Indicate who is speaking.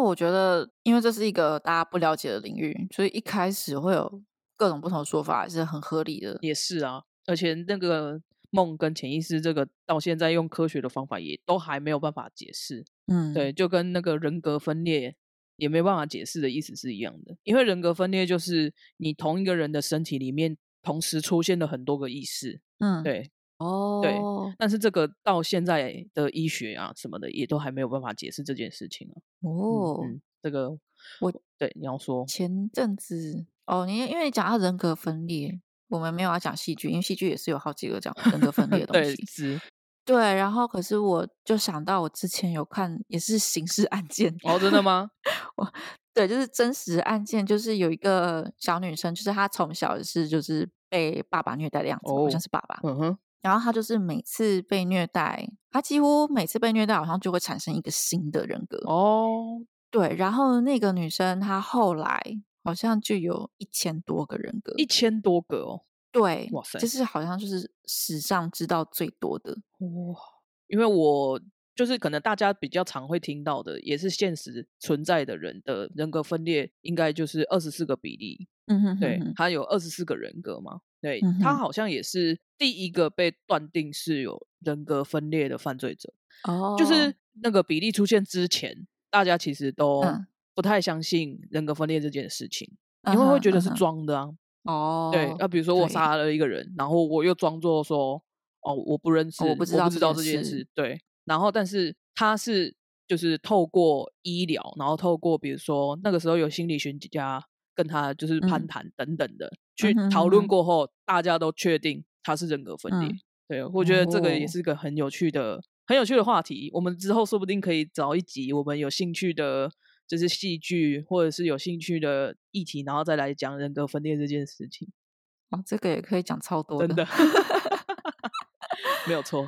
Speaker 1: 我觉得，因为这是一个大家不了解的领域，所以一开始会有各种不同的说法，是很合理的。
Speaker 2: 也是啊，而且那个梦跟潜意识这个，到现在用科学的方法也都还没有办法解释。
Speaker 1: 嗯，
Speaker 2: 对，就跟那个人格分裂也没办法解释的意思是一样的，因为人格分裂就是你同一个人的身体里面同时出现了很多个意识，
Speaker 1: 嗯，
Speaker 2: 对。
Speaker 1: 哦，
Speaker 2: 对但是这个到现在的医学啊什么的，也都还没有办法解释这件事情啊。嗯
Speaker 1: 哦，
Speaker 2: 嗯，这个
Speaker 1: 我
Speaker 2: 对你要说，
Speaker 1: 前阵子哦，你因为讲到人格分裂，我们没有要讲戏剧，因为戏剧也是有好几个讲人格分裂的东
Speaker 2: 对，
Speaker 1: 西。
Speaker 2: 是
Speaker 1: 对，然后可是我就想到我之前有看也是刑事案件，
Speaker 2: 哦，真的吗？
Speaker 1: 对，就是真实案件，就是有一个小女生，就是她从小是就是被爸爸虐待的样子嘛，好
Speaker 2: 哦
Speaker 1: 像是爸爸。
Speaker 2: 嗯 哼，
Speaker 1: 然后她就是每次被虐待，她几乎每次被虐待好像就会产生一个新的人格。
Speaker 2: 哦，
Speaker 1: 对，然后那个女生她后来好像就有一千多个人格，
Speaker 2: 一千多个哦，
Speaker 1: 对，
Speaker 2: 哇塞
Speaker 1: 就，是好像就是史上知道最多的。
Speaker 2: 哇，因为我就是可能大家比较常会听到的，也是现实存在的人的人格分裂，应该就是二十四个比例，
Speaker 1: 嗯哼
Speaker 2: 对，
Speaker 1: 哼
Speaker 2: 他有二十四个人格嘛，对、
Speaker 1: 嗯
Speaker 2: 他
Speaker 1: 哼
Speaker 2: 好像也是第一个被断定是有人格分裂的犯罪者，
Speaker 1: 哼，哦，
Speaker 2: 就是那个比例出现之前，大家其实都
Speaker 1: 嗯
Speaker 2: 不太相信人格分裂这件事情，
Speaker 1: 嗯
Speaker 2: 因为会
Speaker 1: 哼
Speaker 2: 觉得
Speaker 1: 嗯
Speaker 2: 是
Speaker 1: 哼
Speaker 2: 装的啊，
Speaker 1: 哦，
Speaker 2: 对，呃那、比如说我
Speaker 1: 对
Speaker 2: 杀了一个人，然后我又装作说，哦，我不认识，
Speaker 1: 哦我不知道这件
Speaker 2: 这件
Speaker 1: 事
Speaker 2: 事，对。然后，但是他是就是透过医疗，然后透过比如说那个时候有心理学家跟他就是攀
Speaker 1: 嗯
Speaker 2: 谈等等的、
Speaker 1: 嗯
Speaker 2: 去
Speaker 1: 哼
Speaker 2: 讨
Speaker 1: 哼
Speaker 2: 论
Speaker 1: 哼
Speaker 2: 过后，大家都确定他是人格分裂。
Speaker 1: 嗯
Speaker 2: 对，我觉得这个也
Speaker 1: 哦
Speaker 2: 是个很有趣的、很有趣的话题。我们之后说不定可以找一集我们有兴趣的，就是戏剧或者是有兴趣的议题，然后再来讲人格分裂这件事情。
Speaker 1: 哦，这个也可以讲超多
Speaker 2: 真
Speaker 1: 的。
Speaker 2: 的，没有错。